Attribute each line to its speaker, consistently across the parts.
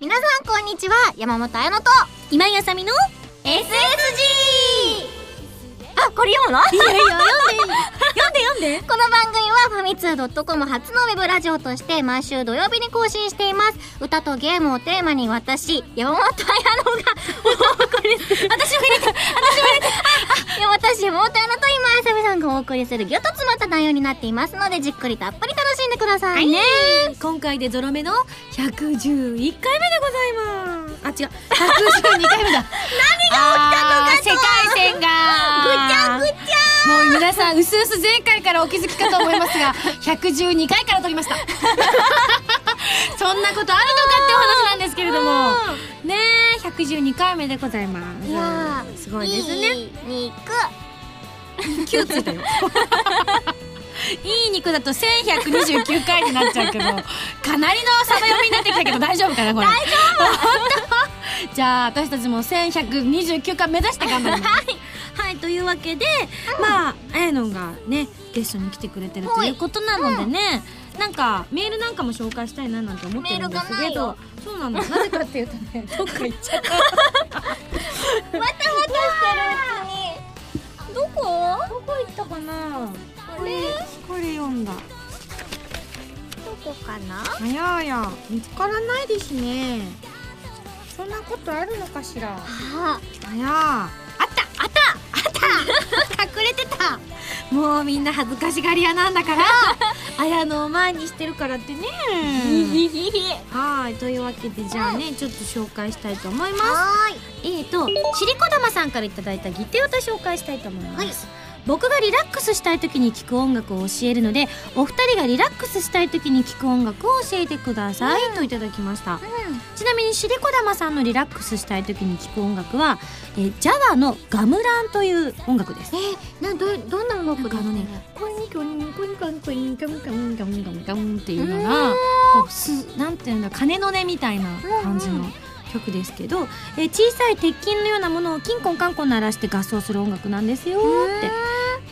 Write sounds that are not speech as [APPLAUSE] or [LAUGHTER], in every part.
Speaker 1: 皆さんこんにちは山本彩乃と
Speaker 2: 今井あさみの
Speaker 1: SSG あこれ読むの
Speaker 2: いやいや読んで読んで読んで
Speaker 1: この番組はファミツー .com 初のウェブラジオとして毎週土曜日に更新しています歌とゲームをテーマに私山本彩乃がお送りする私も入れて私も入れてあいや私山本彩乃と今あさみさんがお送りするギョと詰まった内容になっていますのでじっくりたっぷり楽しんでくださいね、
Speaker 2: 今回でゾロ目の111回目でございますあ違う112回目だ
Speaker 3: あー世界線が
Speaker 1: ぐちゃぐちゃ
Speaker 3: もう皆さんうすうす前回からお気づきかと思いますが112回から撮りました
Speaker 1: [LAUGHS]
Speaker 3: そんなことあるのかってお話なんですけれどもねえ112回目でございます
Speaker 1: いやー
Speaker 3: すごいですね
Speaker 1: 肉
Speaker 3: 9ついたよいい肉だと1129回になっちゃうけどかなりのサバ読みになってきたけど大丈夫かなこれ大丈夫じゃあ私たちも1129回目指して頑張ります
Speaker 2: はいというわけで、まああやのんがねゲストに来てくれてるということなのでね、なんかメールなんかも紹介したいななんて思ってるんです
Speaker 1: メール
Speaker 2: け
Speaker 1: がない
Speaker 2: ど
Speaker 1: よ
Speaker 2: そうなのなぜかっていうとねどっか行っちゃった
Speaker 1: わたわたしてるうちにどこ
Speaker 2: どこ行ったかな
Speaker 1: あれ
Speaker 2: これ読んだ
Speaker 1: どこかな
Speaker 2: あやあや見つからないですねそんなことあるのかしらあ
Speaker 1: あ
Speaker 2: や
Speaker 1: あったあ [LAUGHS] ったあった隠れてた
Speaker 2: あもうみんな恥ずかしがり屋なんだ [LAUGHS] からあやのを前にしてるからってね
Speaker 1: ひひひ
Speaker 2: はいというわけでじゃあねちょっと紹介したいと思います
Speaker 1: はーい
Speaker 2: えーとしりこ玉さんからいただいたギテオタ紹介したいと思います、
Speaker 1: はい
Speaker 2: 僕がリラックスしたい時に聴く音楽を教えるのでお二人がリラックスしたい時に聴く音楽を教えてください、といただきましたちなみにしりこ玉さんのリラックスしたい時に聴く音楽は、えージャワのガムランという音楽です
Speaker 1: えー、などどんな音楽だ
Speaker 2: なんかコインコインコインコインコインコインコインコインコインコインっていうのがこうすなんていうんだ鐘の音みたいな感じの曲ですけど、えー小さい鉄筋のようなものをキンコンカンコン鳴らして合奏する音楽なんですよって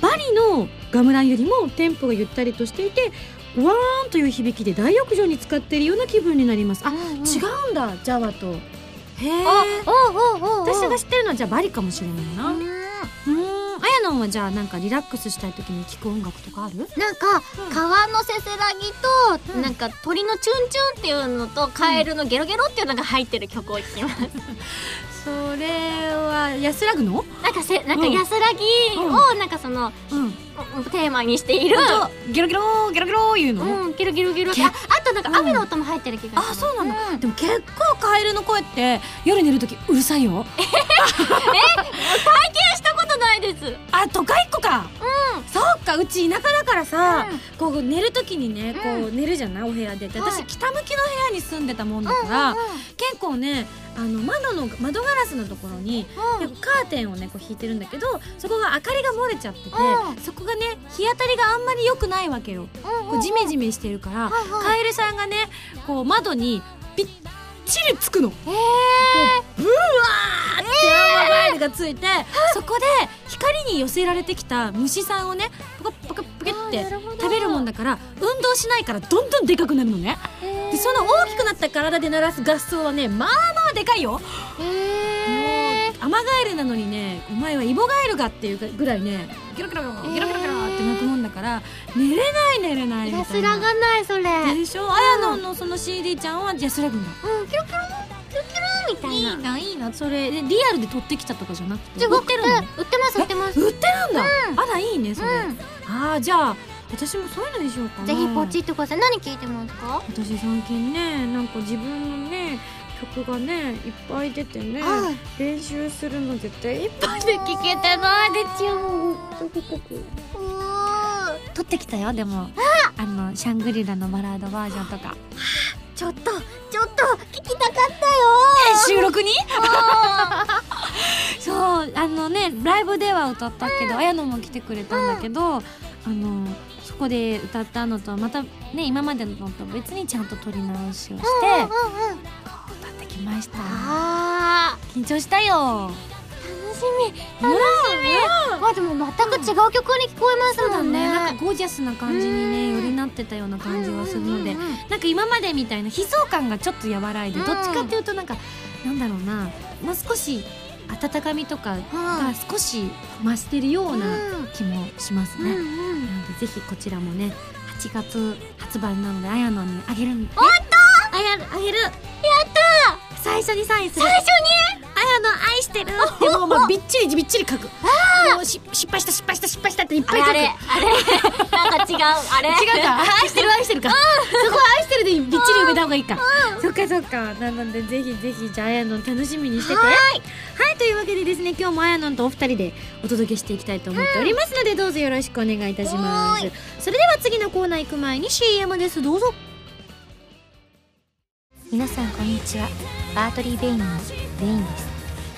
Speaker 2: バリのガムランよりもテンポがゆったりとしていてわーんという響きで大浴場に使っているような気分になりますあ、
Speaker 1: うんうん
Speaker 2: 違うんだジャワとへ
Speaker 1: あ
Speaker 2: え
Speaker 1: おうおうおうおう
Speaker 2: 私が知ってるのはじゃあバリかもしれないな
Speaker 1: う
Speaker 2: うんーんあやのんはじゃあなんかリラックスしたい時に聴く音楽とかある
Speaker 1: なんか、
Speaker 2: うん
Speaker 1: 川のせせらぎと、
Speaker 2: うん
Speaker 1: なんか鳥のチュンチュンっていうのとカエルのゲロゲロっていうのが入ってる曲を聴きます、
Speaker 2: それは安らぐの
Speaker 1: なんかせなんか
Speaker 2: うん
Speaker 1: 安らぎをなんかその、
Speaker 2: うん
Speaker 1: テーマにしている、
Speaker 2: あとゲロゲローゲロゲロー言うの、
Speaker 1: うん、ギロギロギロって
Speaker 2: け
Speaker 1: ああとなんか
Speaker 2: うん
Speaker 1: 雨の音も入ってる気が
Speaker 2: あ
Speaker 1: する、
Speaker 2: そうなんだ、でも結構カエルの声って夜寝る時うるさいよ
Speaker 1: 体験したことないです
Speaker 2: あ都会っ子かうんそうかうち田舎だからさ、
Speaker 1: うん
Speaker 2: こう寝る時にねこう寝るじゃないお部屋でで私、
Speaker 1: はい
Speaker 2: 北向きの部屋に住んでたもんだから、結構ねあの窓の窓ガラスのところに
Speaker 1: うん
Speaker 2: 結構カーテンをねこう引いてるんだけどそこが明かりが漏れちゃってて、
Speaker 1: うん
Speaker 2: そこがね日当たりがあんまり良くないわけよ、こうジメジメしてるか
Speaker 1: は
Speaker 2: ら、
Speaker 1: いはい
Speaker 2: カエルさんがねこう窓にぴっちりつくの
Speaker 1: え
Speaker 2: テラマガエルがついて、そこで光に寄せられてきた虫さんをねパカパカパケって
Speaker 1: あーなるほど
Speaker 2: 食べるもんだから運動しないからどんどんでかくなるのね
Speaker 1: ー、え
Speaker 2: でその大きくなった体で鳴らす合奏はねまあまあでかいよ
Speaker 1: え
Speaker 2: アマガエルなのにねお前はイボガエルがっていうぐらいねギロギロギロギロギロギロって鳴くもんだから寝れない寝れないみたいな
Speaker 1: 安らがないそれうん
Speaker 2: でしょあやのんのその CD ちゃんは安らぐんだ
Speaker 1: キロキロキロキロみたい
Speaker 2: い
Speaker 1: ない
Speaker 2: ないいなそれでリアルで撮ってきたとかじゃなくて
Speaker 1: じゃあ
Speaker 2: 売ってるの
Speaker 1: 売ってます売ってます
Speaker 2: 売ってるんだ、
Speaker 1: うん
Speaker 2: あらいいねそれ、
Speaker 1: うん
Speaker 2: ああじゃあ私もそういうのにしようかな
Speaker 1: ぜひポチってください何聞いてますか
Speaker 2: 私最近ねなんか自分のね曲がねいっぱい出てね、
Speaker 1: はい
Speaker 2: 練習するの絶対いっぱい
Speaker 1: 聞けてないでちゅ
Speaker 2: 撮ってきたよでもあのシャングリラのバラードバージョンとか
Speaker 1: ちょっとちょっと聞きたか
Speaker 2: 収録に
Speaker 1: ったよ
Speaker 2: そうあのねライブでは歌ったけど、綾乃も来てくれたんだけど、あのそこで歌ったのとはまたね今までのと別にちゃんと撮り直し [LAUGHS] を
Speaker 1: うん
Speaker 2: して
Speaker 1: うんうん
Speaker 2: 歌ってきました
Speaker 1: あー
Speaker 2: 緊張したよ
Speaker 1: 楽ししみ楽しみあでも全く違う曲に聞こえますもんね
Speaker 2: なんかゴージャスな感じに
Speaker 1: う
Speaker 2: ね
Speaker 1: ん
Speaker 2: よりなってたような感じはするので
Speaker 1: うんうんうん
Speaker 2: なんか今までみたいな悲壮感がちょっと和らいで
Speaker 1: うん
Speaker 2: どっちかっていうとなんかなんだろうなもう少し温かみとか
Speaker 1: は
Speaker 2: が
Speaker 1: い
Speaker 2: 少し増してるような気もします
Speaker 1: うんう
Speaker 2: ね。
Speaker 1: んうん
Speaker 2: なのでぜひこちらもね8月発売なのであやのにあげるんで
Speaker 1: あやるあげるやった
Speaker 2: 最初にサインする
Speaker 1: 最初に
Speaker 2: あやの愛してるでももうびっちりびっちり書くもうし失敗した失敗した失敗したっていっぱい書く違
Speaker 1: なんか違うあれ
Speaker 2: う [LAUGHS] か愛してる愛してるかそこは愛してるでびっちり埋めた方がいいかそっかそっかなのでぜひぜひじゃああやのん楽しみにしてて
Speaker 1: は
Speaker 2: はいというわけでですね今日もあやのんとお二人でお届けしていきたいと思っておりますのでどうぞよろしくお願いいたしま
Speaker 1: は
Speaker 2: すそれでは次のコーナー行く前に CM ですどうぞ
Speaker 1: 皆さんこんにちはバートリー・ベインのベインです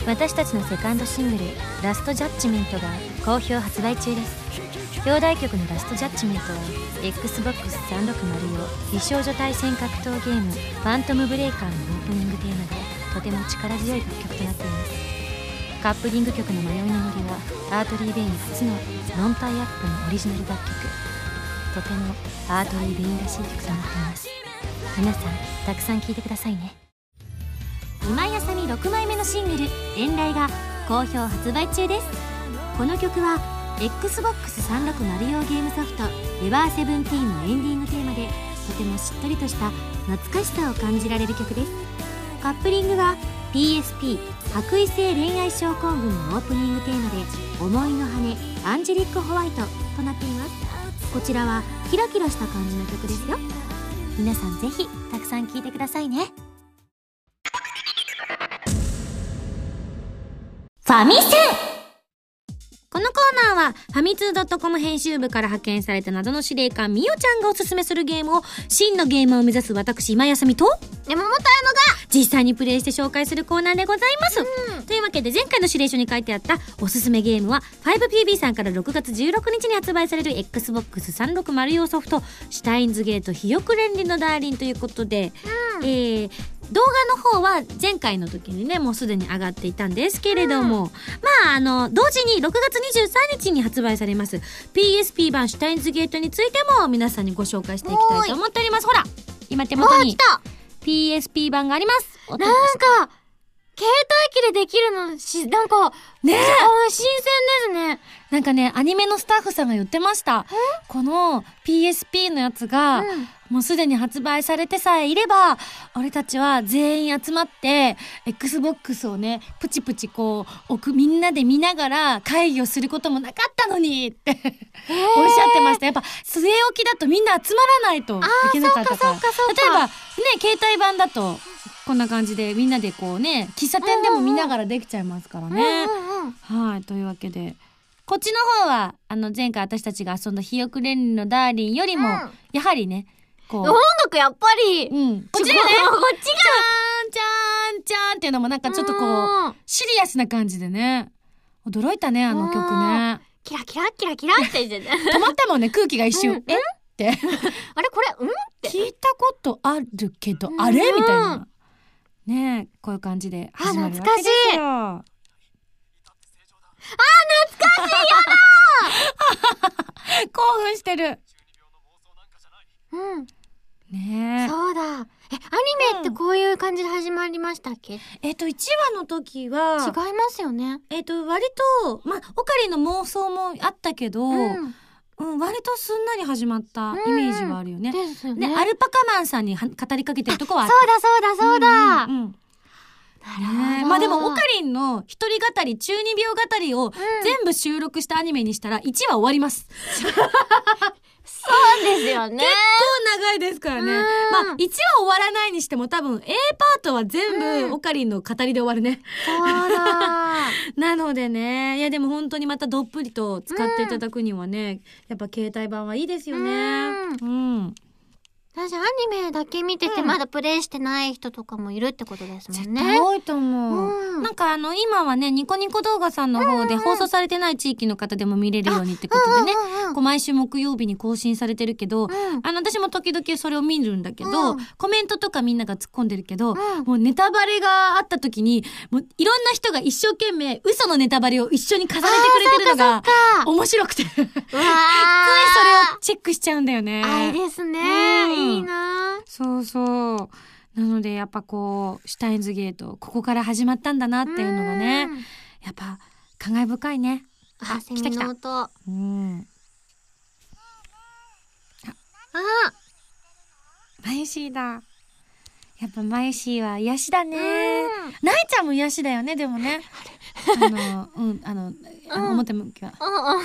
Speaker 1: 私たちのセカンドシングル「ラスト・ジャッジメント」が好評発売中です表題曲の「ラスト・ジャッジメント」は XBOX360 用美少女対戦格闘ゲーム「ファントム・ブレイカー」のオープニングテーマでとても力強い楽曲となっていますカップリング曲の「迷いの森」はアートリー・ベイン初のノンタイアップのオリジナル楽曲とてもアートリー・ベインらしい曲となっています皆さんたくさん聴いてくださいね今井あさみ6枚目のシングル「遠雷」が好評発売中ですこの曲は XBOX360 用ゲームソフト「エバーセブンティーンのエンディングテーマでとてもしっとりとした懐かしさを感じられる曲ですカップリングは PSP「白衣性恋愛症候群」のオープニングテーマで「思いの羽アンジェリック・ホワイト」となっていますこちらはキラキラした感じの曲ですよ皆さんぜひたくさん聴いてくださいねファミセ
Speaker 2: このコーナーは、ファミツー .com 編集部から派遣された謎の司令官、みおちゃんがおすすめするゲームを、真のゲーマーを目指す私、今やさみと、
Speaker 1: 山本
Speaker 2: 実際にプレイして紹介するコーナーでございます。というわけで、前回の指令書に書いてあった、おすすめゲームは、5PB さんから6月16日に発売される Xbox360 用ソフト、シュタインズゲート、ひよくれんりのダーリンということで、えー動画の方は前回の時にね、もうすでに上がっていたんですけれども、まあ、あの、同時に6月23日に発売されます、PSP 版シュタインズゲートについても皆さんにご紹介していきたいと思っております。ほら今手元に。
Speaker 1: た
Speaker 2: PSP 版があります。お
Speaker 1: なんか携帯機でできるのしなんかね新鮮ですね
Speaker 2: なんかね、アニメのスタッフさんが言ってました。この PSP のやつが、
Speaker 1: うん
Speaker 2: もうすでに発売されてさえいれば、俺たちは全員集まって、Xbox をね、プチプチこう、置く、みんなで見ながら会議をすることもなかったのにって、おっしゃってました。やっぱ、据え置きだとみんな集まらないといけなかったから。
Speaker 1: そっかそっかそっか
Speaker 2: 例えば、ね、携帯版だと、こんな感じでみんなでこうね、喫茶店でも見ながらできちゃいますからね。
Speaker 1: うんうん
Speaker 2: はい、というわけで。こっちの方は、あの、前回私たちが遊んだひよくれんりのダーリンよりも、
Speaker 1: うん
Speaker 2: やはりね、こ
Speaker 1: 音
Speaker 2: う、
Speaker 1: 楽やっぱり
Speaker 2: うん、こっち
Speaker 1: 違
Speaker 2: で
Speaker 1: う
Speaker 2: ね、
Speaker 1: こっちが
Speaker 2: ちゃーん、ちゃーん、ちゃーんっていうのもなんかちょっとこう、
Speaker 1: うん
Speaker 2: シリアスな感じでね、驚いたね、あの曲ね。
Speaker 1: キラキラキラキラって言って
Speaker 2: [LAUGHS] 止まったもんね、空気が一
Speaker 1: うん
Speaker 2: 瞬、えって。
Speaker 1: あれこれうん
Speaker 2: 聞いたことあるけど、
Speaker 1: うん
Speaker 2: あれみたいな。ねえ、こういう感じで始まるわけですよ。あ、懐かしいやだ [LAUGHS] 興奮してる。
Speaker 1: うん
Speaker 2: ね
Speaker 1: そうだえアニメってこういう感じで始まりましたっけ違い
Speaker 2: え。えっと、1話の時は、
Speaker 1: ますよね
Speaker 2: えっと、割と、まあ、オカリンの妄想もあったけど、う、
Speaker 1: うんん
Speaker 2: 割とすんなり始まったイメージはあるよね。
Speaker 1: ですよ
Speaker 2: ね、
Speaker 1: ね
Speaker 2: アルパカマンさんには語りかけてるとこは
Speaker 1: そ
Speaker 2: あ
Speaker 1: う
Speaker 2: る
Speaker 1: だそうだそうだ
Speaker 2: うんうんうん
Speaker 1: なるほ
Speaker 2: ねえ
Speaker 1: ど
Speaker 2: まあでも、オカリンの一人語り、中二病語りを全部収録したアニメにしたら1話終わります。
Speaker 1: そうですよね
Speaker 2: 超長いですからね。
Speaker 1: うん
Speaker 2: まあ1話終わらないにしても多分 A パートは全
Speaker 1: うん
Speaker 2: 部オカリンの語りで終わるね。
Speaker 1: そうだ
Speaker 2: なのでね、いやでも本当にまたどっぷりと使っていただくにはね、やっぱ携帯版はいいですよね。うん。
Speaker 1: 私アニメだけ見てて、
Speaker 4: うん
Speaker 1: まだプレイしてない人とかもいるってことですもん
Speaker 4: 絶
Speaker 1: ね。
Speaker 4: 対多いと思う。
Speaker 1: うん
Speaker 2: なんかあの、今はね、ニコニコ動画さんの方で放送されてない地域の方でも見れるようにってことでね、
Speaker 1: うんうん
Speaker 2: こう毎週木曜日に更新されてるけ
Speaker 1: う
Speaker 2: ど、
Speaker 1: ん
Speaker 2: あの、私も時々それを見るんだけど、
Speaker 1: うん
Speaker 2: コメントとかみんなが突っ込んでるけど、
Speaker 1: うん
Speaker 2: もうネタバレがあった時に、もういろんな人が一生懸命嘘のネタバレを一緒に重ねてくれてるのが、
Speaker 1: か
Speaker 2: 面白くて、 [LAUGHS] ついそれを
Speaker 1: うわあ
Speaker 2: チェックしちゃうんだよね。
Speaker 1: 愛ですね。
Speaker 2: うん
Speaker 1: いいな
Speaker 2: そうそう。なのでやっぱこう、シュタインズゲート、ここから始まったんだなっていうのがね、
Speaker 1: うん
Speaker 2: やっぱ感慨深いね。
Speaker 1: あ、セ
Speaker 2: 来た
Speaker 1: ミ
Speaker 2: 来た
Speaker 1: の音。あ、
Speaker 2: うん。マユシーだ。やっぱマユシーは癒しだね。
Speaker 1: うん
Speaker 2: ナイちゃんも癒しだよね、でもね。あの、うん、あの、あの表向きは。
Speaker 1: うん
Speaker 2: [LAUGHS]
Speaker 1: うん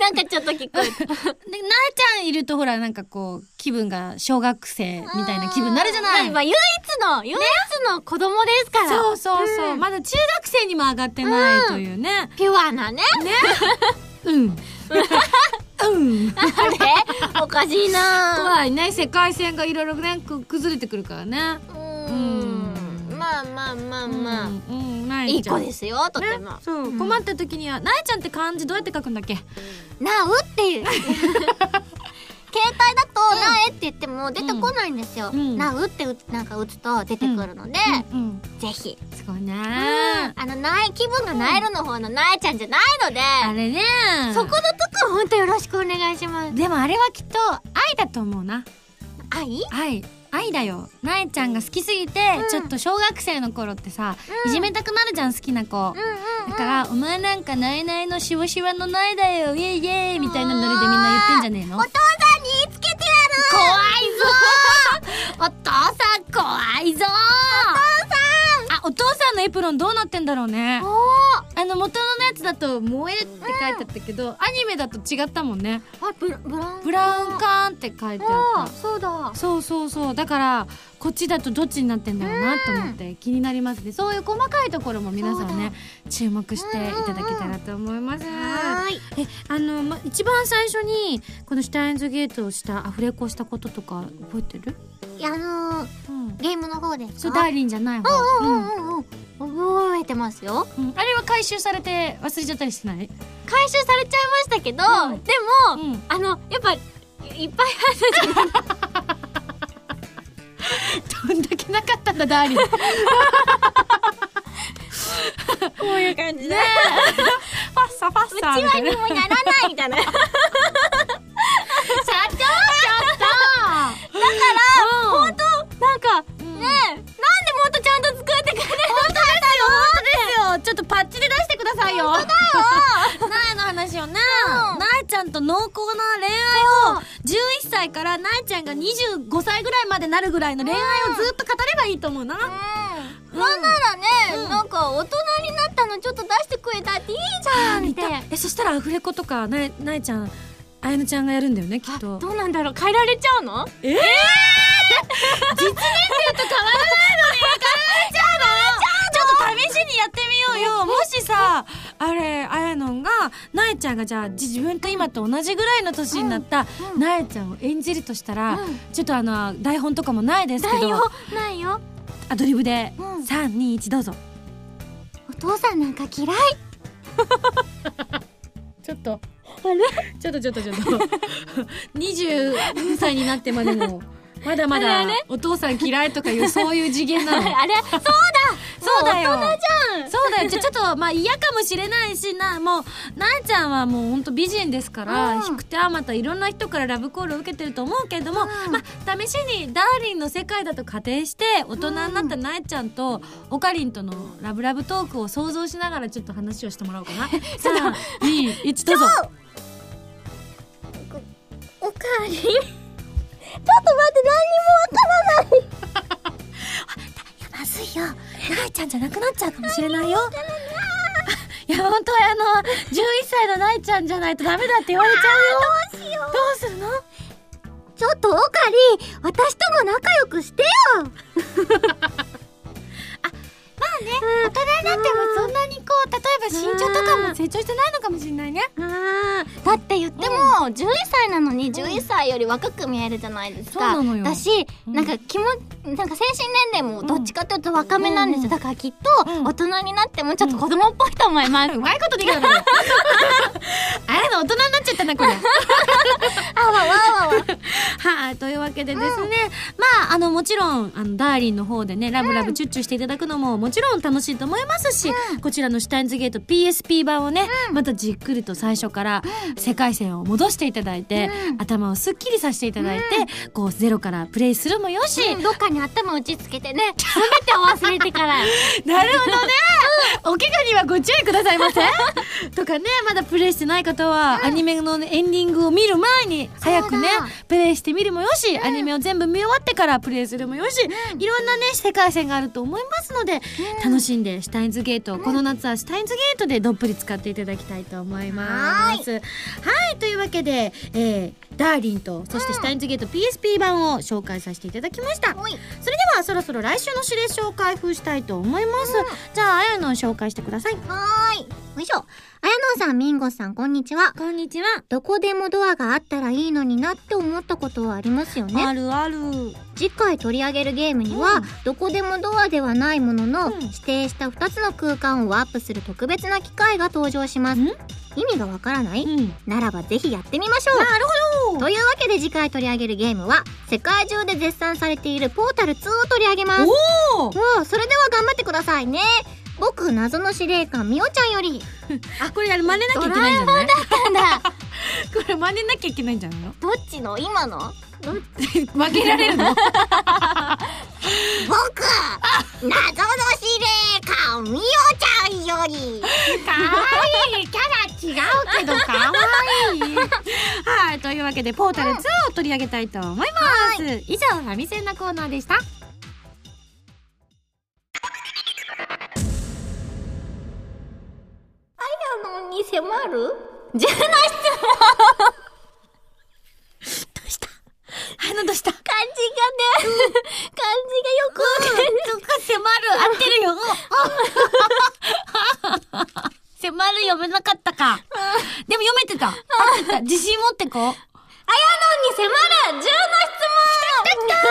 Speaker 1: なんかちょっと聞こえた。
Speaker 2: で、なえちゃんいるとほら、なんかこう、気分が小学生みたいな気分になるじゃない
Speaker 1: まあ唯一の、唯一の子供ですから。
Speaker 2: そうそうそう、
Speaker 1: ん
Speaker 2: まだ中学生にも上がってないというね。
Speaker 1: ピュアなね。
Speaker 2: うん。 [LAUGHS] うん。
Speaker 1: あれおかしいな
Speaker 2: [LAUGHS] 怖いね。世界線がいろいろね、く崩れてくるからね。
Speaker 1: うーん。まあまあまあまあ。
Speaker 2: うん、うん、ない
Speaker 1: いい
Speaker 2: ちゃ
Speaker 1: 子
Speaker 2: ん。
Speaker 1: ですよ、とても。
Speaker 2: ね、そう、
Speaker 1: ん
Speaker 2: 困った時には、なえちゃんって漢字どうやって書くんだっけ。
Speaker 1: なうって
Speaker 2: [LAUGHS]
Speaker 1: いう。携帯だと、なえって言っても出てこないんですよ。
Speaker 2: うん
Speaker 1: なうってうなんか打つと出てくるので、
Speaker 2: うん、
Speaker 1: ぜひ。
Speaker 2: すごい
Speaker 1: あ
Speaker 2: ね。
Speaker 1: の、ない、気分がなえるの方のなえちゃんじゃないので、
Speaker 2: あれね。
Speaker 1: そこのとこほんとよろしくお願いします。
Speaker 2: でもあれはきっと愛だと思うな。
Speaker 1: あ、いい
Speaker 2: 愛。愛だよ。なえちゃんが好きすぎて、
Speaker 1: うん
Speaker 2: ちょっと小学生の頃ってさ、
Speaker 1: うん
Speaker 2: いじめたくなるじゃん、好きな子。
Speaker 1: うんうんうん。
Speaker 2: だから、お前なんかないないのしわしわのないだよ、イェイイェイみたいなノリでみんな言ってんじゃねえの
Speaker 1: お父さんに言いつけてやる [LAUGHS]
Speaker 2: お父さん怖いぞあ、お父さんのエプロンどうなってんだろうね。
Speaker 1: お
Speaker 2: あの元のやつだと「燃え」って書いてあったけど、アニメだと違ったもんね
Speaker 1: ーあ、ブラブラウン
Speaker 2: 「ブラウン
Speaker 1: か。
Speaker 2: カーン」って書いてあ
Speaker 1: あ
Speaker 2: っ
Speaker 1: ーそうだ
Speaker 2: た。そうそうそうだからこっちだとどっちになってんだろうなと思って気になりますねそういう細かいところも皆さんね注目していただけたらと思います、
Speaker 1: はーい。
Speaker 2: えあの、ま、一番最初にこの「シュタインズゲート」をしたアフレコしたこととか覚えてる、
Speaker 1: いや、あのー、
Speaker 2: うん、
Speaker 1: ゲームの方ですか
Speaker 2: そうダーリンじゃない方、
Speaker 1: う
Speaker 2: うん
Speaker 1: んうんうん。覚えてますよ。
Speaker 2: うんあれは回収されて忘れちゃったりしてない、 [LAUGHS]
Speaker 1: 回収されちゃいましたけど、
Speaker 2: うん
Speaker 1: でも、
Speaker 2: ん、
Speaker 1: あの、やっぱ、いいっぱい
Speaker 2: どんだけなかったんだダーリンこういう感じねファッサファッサみた
Speaker 1: あ
Speaker 2: い
Speaker 1: る
Speaker 2: な
Speaker 1: にもやらないみたい
Speaker 2: [LAUGHS]
Speaker 1: な。社長
Speaker 2: 本
Speaker 1: なんか、ね
Speaker 2: 当
Speaker 1: え、なん
Speaker 2: ね
Speaker 1: でもっとちゃんと作ってくれる本当だ
Speaker 2: よちょっとパッチで出してくださいよ本当だよなえの話をね、
Speaker 1: うん
Speaker 2: なえちゃんと濃厚な恋愛を11歳からなえちゃんが25歳ぐらいまでなるぐらいの恋愛をずっと語ればいいと思うな、
Speaker 1: うん。なんならね、なんか大人になったのちょっと出してくれたっていいじゃんって。
Speaker 2: えそしたらアフレコとかなえなえちゃんあやのちゃんがやるんだよねきっと
Speaker 1: どうなんだろう変えられちゃうの
Speaker 2: え
Speaker 1: [LAUGHS]
Speaker 2: え実年齢と変わらないのに変わられちゃうのちょっと試しにやってみようよもしさあれあやのんがなえちゃんがじゃあじ自分と今と同じぐらいの年になった
Speaker 1: うんうん
Speaker 2: なえちゃんを演じるとしたら、
Speaker 1: うん
Speaker 2: ちょっとあの台本とかもないですけ
Speaker 1: ない
Speaker 2: ど
Speaker 1: よ、ないよ。
Speaker 2: アドリブで、
Speaker 1: うん
Speaker 2: 321どうぞ
Speaker 1: お父さんなんか嫌い。
Speaker 2: ちょっとちょっとちょっとちょ [LAUGHS] っと22歳になってまでもまだまだお父さん嫌いとかいうそういう次元なの
Speaker 1: [LAUGHS] あれそうだ
Speaker 2: そうだよ
Speaker 1: も大人じゃん
Speaker 2: そうだよ。じゃあちょっと、まあ嫌かもしれないしな、もう、なえちゃんはもうほんと美人ですから、
Speaker 1: うん
Speaker 2: 引く手あまたいろんな人からラブコールを受けてると思うけれども、
Speaker 1: うん
Speaker 2: まあ試しにダーリンの世界だと仮定して、大人になったなえちゃんと、オカリンとのラブラブトークを想像しながらちょっと話をしてもらおうか [LAUGHS] な。
Speaker 1: ちょっと
Speaker 2: 3、2、1、どうぞ。
Speaker 1: おかわりちょっと待って、何にもわからない。
Speaker 2: まずいよ。なえちゃんじゃなくなっちゃうかもしれないよ。いや、本当はあの、11歳のなえちゃんじゃないとダメだって言われち
Speaker 1: ど
Speaker 2: ゃうよ。
Speaker 1: うしよう
Speaker 2: どうするの
Speaker 1: ちょっとオカ [LAUGHS] リ、私とも仲良くしてよ
Speaker 3: 大人になってもそんなにこう例えば身長とかも成長してないのかもしれないね
Speaker 1: あーだって言っても、11歳なのに11歳より若く見えるじゃないですか。
Speaker 2: そうなのよ
Speaker 1: だし、なんか気も、なんか精神年齢もどっちかというと若めなんですよ。だからきっと、大人になってもちょっと子供っぽいと思います。
Speaker 3: うまいことできたなあれの大人になっちゃったなこれ
Speaker 1: あわわわわ。
Speaker 2: [LAUGHS] はい、というわけでですね、まあ、あの、もちろん、あの、ダーリンの方でね、ラブラブチュッチュしていただくのももちろん楽しいと思いますし、こちらのシュタインズゲート PSP 版をね、またじっくりと最初から世界線を戻していただいて、頭をすっきりさせていただいて、こう、ゼロからプレイするもよし、
Speaker 1: うんどっかに頭打ちつけてね、すべてを忘れてから。
Speaker 2: [LAUGHS] なるほどね。お怪我にはご注意くださいませ。 [LAUGHS] とかね、まだプレイしてない方は、アニメのねエンディングを見る前に、早くね、プレイしてみるもよし、アニメを全部見終わってからプレイするもよし、いろんなね、世界線があると思いますので、楽しんで、シュタインズゲート、この夏はシュタインズゲートでどっぷり使っていただきたいと思います。はいというわけで、えーダーリンと、そしてシュタインズゲート PSP 版を紹介させていただきました。
Speaker 1: [LAUGHS] おい。
Speaker 2: それではそろそろ来週の指令書を開封したいと思います、じゃああやのん紹介してください
Speaker 1: はーい。よいしょ。あやのさん、みんごさん、こんにちは。
Speaker 2: こんにちは、
Speaker 1: どこでもドアがあったらいいのになって思ったことはありますよね。
Speaker 2: あるある
Speaker 1: 次回取り上げるゲームには、
Speaker 2: うん
Speaker 1: どこでもドアではないものの、
Speaker 2: うん
Speaker 1: 指定した2つの空間をワープする特別な機械が登場します
Speaker 2: うん
Speaker 1: 意味がわからない、
Speaker 2: ん
Speaker 1: ならばぜひやってみましょう
Speaker 2: なるほど
Speaker 1: というわけで次回取り上げるゲームは世界中で絶賛されているポータル2を取り上げます
Speaker 2: おお
Speaker 1: もうそれでは頑張ってくださいね僕謎の司令官みおちゃんより
Speaker 2: あこれあれ真似なきゃいけないんじゃない
Speaker 1: なんだ
Speaker 2: これ真似なきゃいけないんじゃないの
Speaker 1: どっちの今の
Speaker 2: 負けられ [LAUGHS] るの
Speaker 1: 僕謎の司令官みおちゃんより
Speaker 3: 愛いキャラ違うけどかわいい
Speaker 2: はいというわけでポータル2を取り上げたいと思います、以上ファミセンなコーナーでした
Speaker 1: のに迫る柔軟質
Speaker 2: あやのどうした
Speaker 1: 漢字がね、漢字がよく、
Speaker 2: とか迫る合ってるよ迫る読めなかったかでも読めてた合ってた自信持ってこう
Speaker 1: あやのに迫る10の質問来た来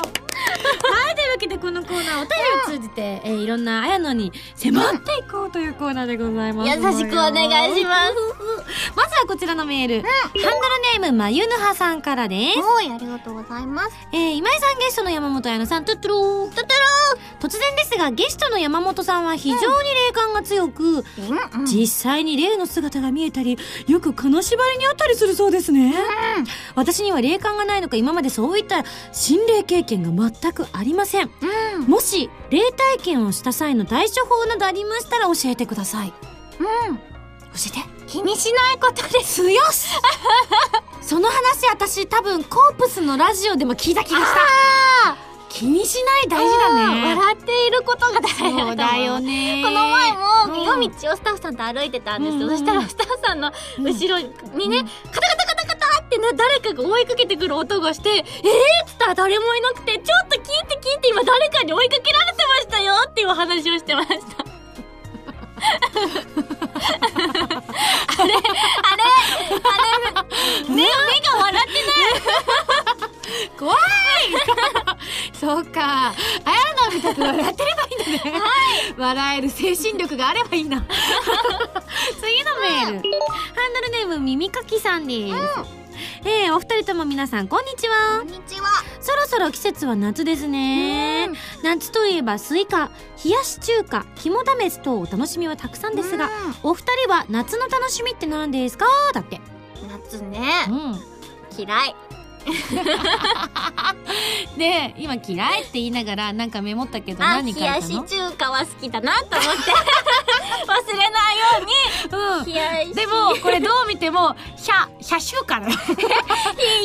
Speaker 1: た来た迫ってき
Speaker 2: はい、というわけでこのコーナーお便りを通じて、えーいろんなあやのに迫っていこうというコーナーでございます。。
Speaker 1: 優しくお願いします
Speaker 2: まずはこちらのメール。ハンドルネーム、まゆぬはさんからです。
Speaker 1: たおい、ありがとうございます。
Speaker 2: えー今井さんゲストの山本彩乃さん、トゥットゥルー。トゥトゥルー突然ですが、ゲストの山本さんは非常に霊感が強く、
Speaker 1: うん、
Speaker 2: 実際に霊の姿が見えたり、よく金縛りにあったりするそうですね。私には霊感がないのか、今までそういった心霊経験が全くありません。
Speaker 1: うん、
Speaker 2: もし霊体験をした際の対処法などありましたら教えてください教えて
Speaker 1: 気にしないことです。
Speaker 2: 強し [LAUGHS] その話私多分コープスのラジオでも聞いた気がした気にしない大事だね
Speaker 1: 笑っていることが大事
Speaker 2: そうだよ
Speaker 1: ね。
Speaker 2: ね
Speaker 1: この前
Speaker 2: うん
Speaker 1: も、夜道をスタッフさんと歩いてたんですよ。
Speaker 2: うん
Speaker 1: そしたらスタッフさんの後ろにね、カタカタカタカタってな、誰かが追いかけてくる音がして、えーっつったら誰もいなくて、ちょっと聞いて聞いて、今誰かに追いかけられてましたよっていうお話をしてました。あれあれあれ目目が笑って
Speaker 2: 怖い [LAUGHS] そうかあやのみたく笑ってればいいんだね、笑える精神力があればいいな [LAUGHS] 次のメール、ハンドルネーム耳かきさんです、えーお二人とも皆さんこんにちは
Speaker 1: こんにちは。
Speaker 2: そろそろ季節は夏ですね
Speaker 1: うん
Speaker 2: 夏といえばスイカ冷やし中華肝試しとお楽しみはたくさんですがお二人は夏の楽しみって何ですかだって
Speaker 1: 夏ね、
Speaker 2: うん
Speaker 1: 嫌い。
Speaker 2: で今嫌いって言いながらなんかメモったけど
Speaker 1: あ、
Speaker 2: 何
Speaker 1: 冷
Speaker 2: 書いた
Speaker 1: やし
Speaker 2: の
Speaker 1: 中華は好きだなと思って、忘れないように、
Speaker 2: うん
Speaker 1: [LAUGHS] 冷やし
Speaker 2: でもこれどう見ても「ひゃ」「ひゃしゅうか」だよ「
Speaker 1: 冷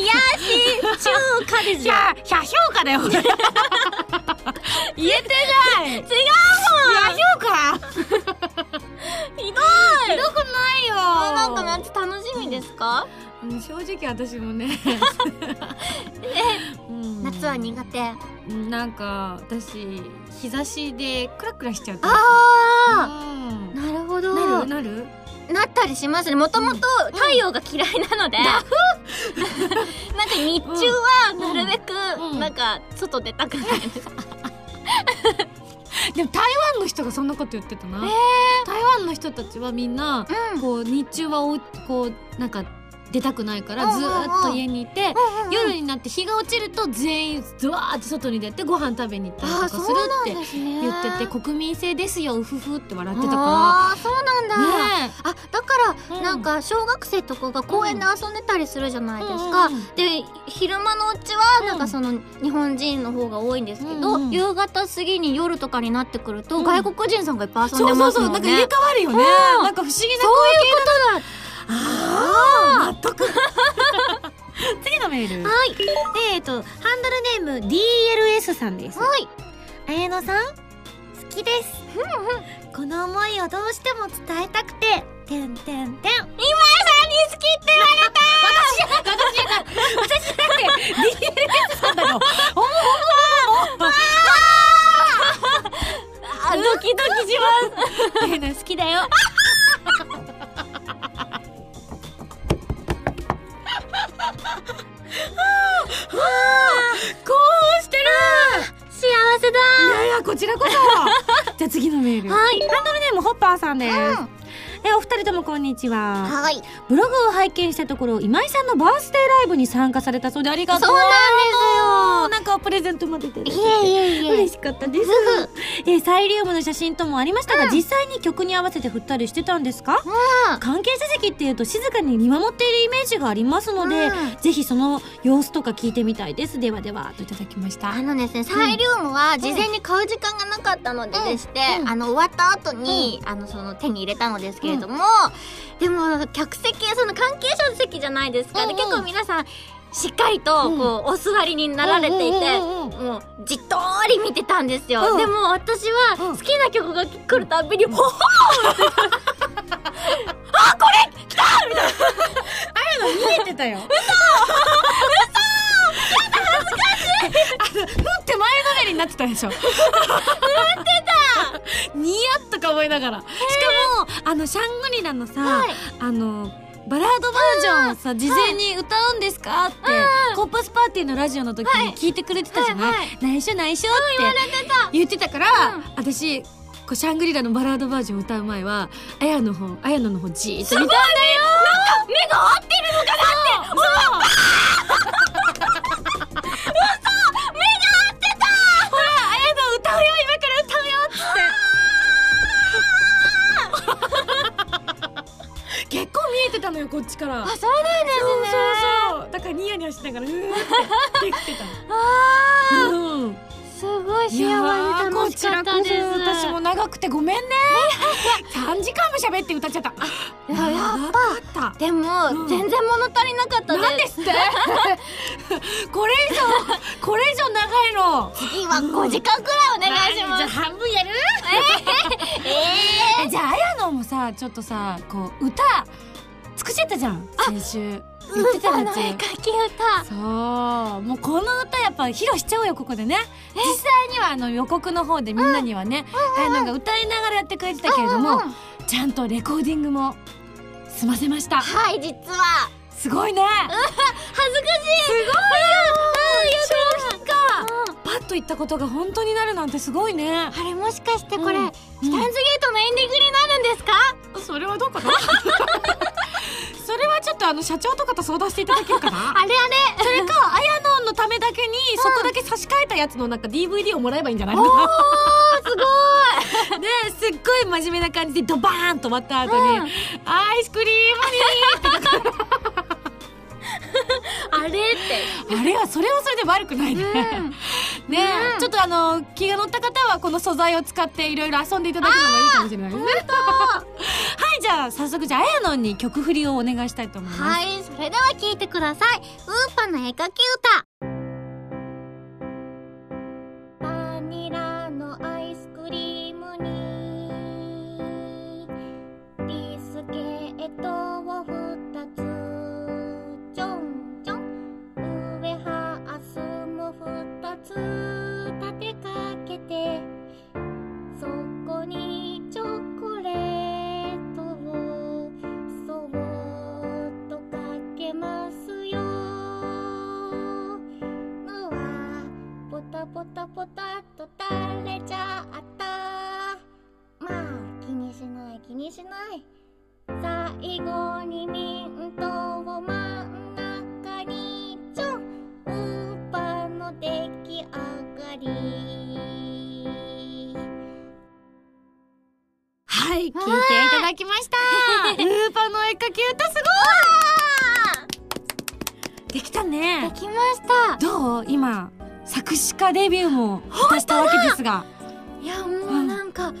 Speaker 1: やし中華です
Speaker 2: ひ
Speaker 1: よ
Speaker 2: ゃ」「ひゃしゅうか」だよこれ言えて [LAUGHS] ない
Speaker 1: 違う
Speaker 2: [LAUGHS] ひゃしゅう
Speaker 1: も
Speaker 2: か
Speaker 1: んひどい
Speaker 2: ひどくないよ
Speaker 1: あなんか夏楽しみですか
Speaker 2: うん正直私も [LAUGHS] ねうん
Speaker 1: 夏は苦手あ
Speaker 2: うんなんか私日差しでクラクラしちゃうあ
Speaker 1: あ
Speaker 2: あ
Speaker 1: なるほど
Speaker 2: な
Speaker 1: な
Speaker 2: るなる
Speaker 1: ったりしますねもともと太陽が嫌いなので、 [LAUGHS] なんか日中はなるべ
Speaker 2: うんう
Speaker 1: く
Speaker 2: ん
Speaker 1: なんか外出たくないです、
Speaker 2: でも台湾の人がそんなこと言ってたな、台湾の人たちはみんな
Speaker 1: うん
Speaker 2: こう日中はおこうなんか出たくないからずーっと家にいて夜になって日が落ちると全員ズワーって外に出てご飯食べに行ったりと
Speaker 1: あ
Speaker 2: か
Speaker 1: あ
Speaker 2: す
Speaker 1: そ
Speaker 2: る
Speaker 1: うなん
Speaker 2: って
Speaker 1: ですね
Speaker 2: 言ってて国民性ですよウフフって笑ってたか
Speaker 1: ああそうなん
Speaker 2: ら
Speaker 1: だ、
Speaker 2: ね
Speaker 1: あだか
Speaker 2: え
Speaker 1: らなんか小学生とかが公園で遊んでたりするじゃないですか、
Speaker 2: うんうんうん
Speaker 1: で昼間のうち
Speaker 2: う
Speaker 1: は
Speaker 2: ん
Speaker 1: なんかその日本人の方が多いんですけど、
Speaker 2: うんうん
Speaker 1: 夕方過ぎに夜とかになってくると
Speaker 2: うん
Speaker 1: 外国人さんがいっぱい遊ん
Speaker 2: そ
Speaker 1: で
Speaker 2: うそ
Speaker 1: ま
Speaker 2: う
Speaker 1: す
Speaker 2: そう
Speaker 1: もん
Speaker 2: な
Speaker 1: ね。
Speaker 2: んか入れ替わるよね
Speaker 1: うん
Speaker 2: なんか不思議な光景ああ納 [LAUGHS] 得次のメール
Speaker 1: はい
Speaker 2: えっとハンドルネーム DLS さんです
Speaker 1: はい
Speaker 5: 綾乃さん好きですこの思いをどうしても伝えたくててんてんてん
Speaker 1: あドキドキします
Speaker 2: 好きだよ。こうしてる。
Speaker 1: 幸せだ
Speaker 2: いやいやこちらこそ。 [LAUGHS] じゃあ次のメール。ハ
Speaker 1: はい
Speaker 2: ンドルネームホッパーさんです。
Speaker 1: うん
Speaker 2: えお二人ともこんにちは。
Speaker 1: はい
Speaker 2: ブログを拝見したところ今井さんのバースデーライブに参加されたそうでありがとう。
Speaker 1: そう
Speaker 2: なんですよ。なんかプレゼントまでいただいて
Speaker 1: いえいえいえ
Speaker 2: 嬉しかったです。 [LAUGHS] えーサイリウムの写真ともありましたが、実際に曲に合わせて振ったりしてたんですか、
Speaker 1: うん
Speaker 2: 関係者席っていうと静かに見守っているイメージがありますので、
Speaker 1: うん
Speaker 2: ぜひその様子とか聞いてみたいです。ではでは、といただきました。
Speaker 1: あのですねサイリウムは事前に買う時間がなかったのででして、
Speaker 2: うん
Speaker 1: あの終わった後に、あのその手に入れたのですけれども、でも客席その関係者席じゃないですか、
Speaker 2: うんう
Speaker 1: で
Speaker 2: ん
Speaker 1: 結構皆さんしっかりと
Speaker 2: うん
Speaker 1: こう、お座りになられていて、
Speaker 2: うんうんうんうん
Speaker 1: もうじっとーり見てたんですよ、
Speaker 2: うん
Speaker 1: でも私は
Speaker 2: うん
Speaker 1: 好きな曲が来るたびに「ほほー!」
Speaker 2: 見えてたよ。嘘嘘やだ恥ずかしいあの、ふって前のめりになってたでしょ。ふってたニヤッとか思いながら。しかも、あの、シャングリラのさ、
Speaker 1: はい
Speaker 2: あの、バラードバージョンをさ、事前に歌うんですかって、コッパスパーティーのラジオの時に聞いてくれてたじゃない、
Speaker 1: はいはい
Speaker 2: 内緒内緒って言ってたから、私、こうシャングリラのバラードバージョンを歌う前は、あやの方、あやのの方じーっと見て
Speaker 1: 目が合ってるのかな
Speaker 2: [LAUGHS] 歌うよ今から歌うよっつって結構見えてたのよこっちからそう
Speaker 1: そうなんですね
Speaker 2: そうそうだからニヤニヤしながらうーってできてた [LAUGHS] うん
Speaker 1: すごい幸
Speaker 2: いや
Speaker 1: せ
Speaker 2: ーこ
Speaker 1: 楽し
Speaker 2: ち
Speaker 1: からっ
Speaker 2: こ
Speaker 1: たです
Speaker 2: そ私も長くてごめんね3時間も喋って歌っちゃった
Speaker 1: いややっ
Speaker 2: ぱ
Speaker 1: でも、
Speaker 2: うん
Speaker 1: 全然物足りなかった
Speaker 2: なん
Speaker 1: で
Speaker 2: ですすってこれ以上これ以上長いの
Speaker 1: 次は5時間くらいお願いします
Speaker 2: じゃあ半分やる
Speaker 1: え
Speaker 2: えじゃああやのもさちょっとさこう歌作っちゃったじゃん先週言ってたやつ
Speaker 1: 絵描き歌
Speaker 2: そうもうこの歌やっぱ披露しちゃおうよここでね実際にはあの予告の方でみんなにはねあやのが歌いながらやってくれてたけれども
Speaker 1: うん
Speaker 2: ちゃんとレコーディングも済ませました
Speaker 1: はい実は
Speaker 2: すごいね
Speaker 1: 恥ずかしいすごいようんやった
Speaker 2: パッと言ったことが本当になるなんてすごいね
Speaker 1: あれもしかしてこれ、
Speaker 2: うん
Speaker 1: シュタンズゲートのエンディングになるんですか
Speaker 2: それはどうかな [LAUGHS] それはちょっとあの社長とかと相談していただけるかな
Speaker 1: あれあれ
Speaker 2: それか、あやのんのためだけに、そこだけ差し替えたやつのなんか DVD をもらえばいいんじゃないかな。ねえすっごい真面目な感じでドバーンと終わった後に、
Speaker 1: うん
Speaker 2: アイスクリ
Speaker 1: あれって
Speaker 2: ームに、あれは、それはそれで悪くないね。ねえ、
Speaker 1: うん
Speaker 2: ちょっとあの、気が乗った方はこの素材を使っていろいろ遊んでいただくのもいいかもしれないですね。はい、じゃあ早速、じゃあ、あやのんに曲振りをお願いしたいと思います。
Speaker 1: はいそれでは聞いてくださいウーパの絵描き歌バニラのアイスクリームにビスケットを二つ
Speaker 6: 廃れちゃったまあ気にしない気にしない最後にミントを真ん中にちょんウーパーの出来上がり
Speaker 2: はい、聞いていただきました。ウーパーの絵描き歌すごいできたね。
Speaker 1: きました
Speaker 2: どう今、作詞家デビューも果たしたわけですが。
Speaker 1: いやも
Speaker 2: う
Speaker 1: う
Speaker 2: な
Speaker 1: なんか、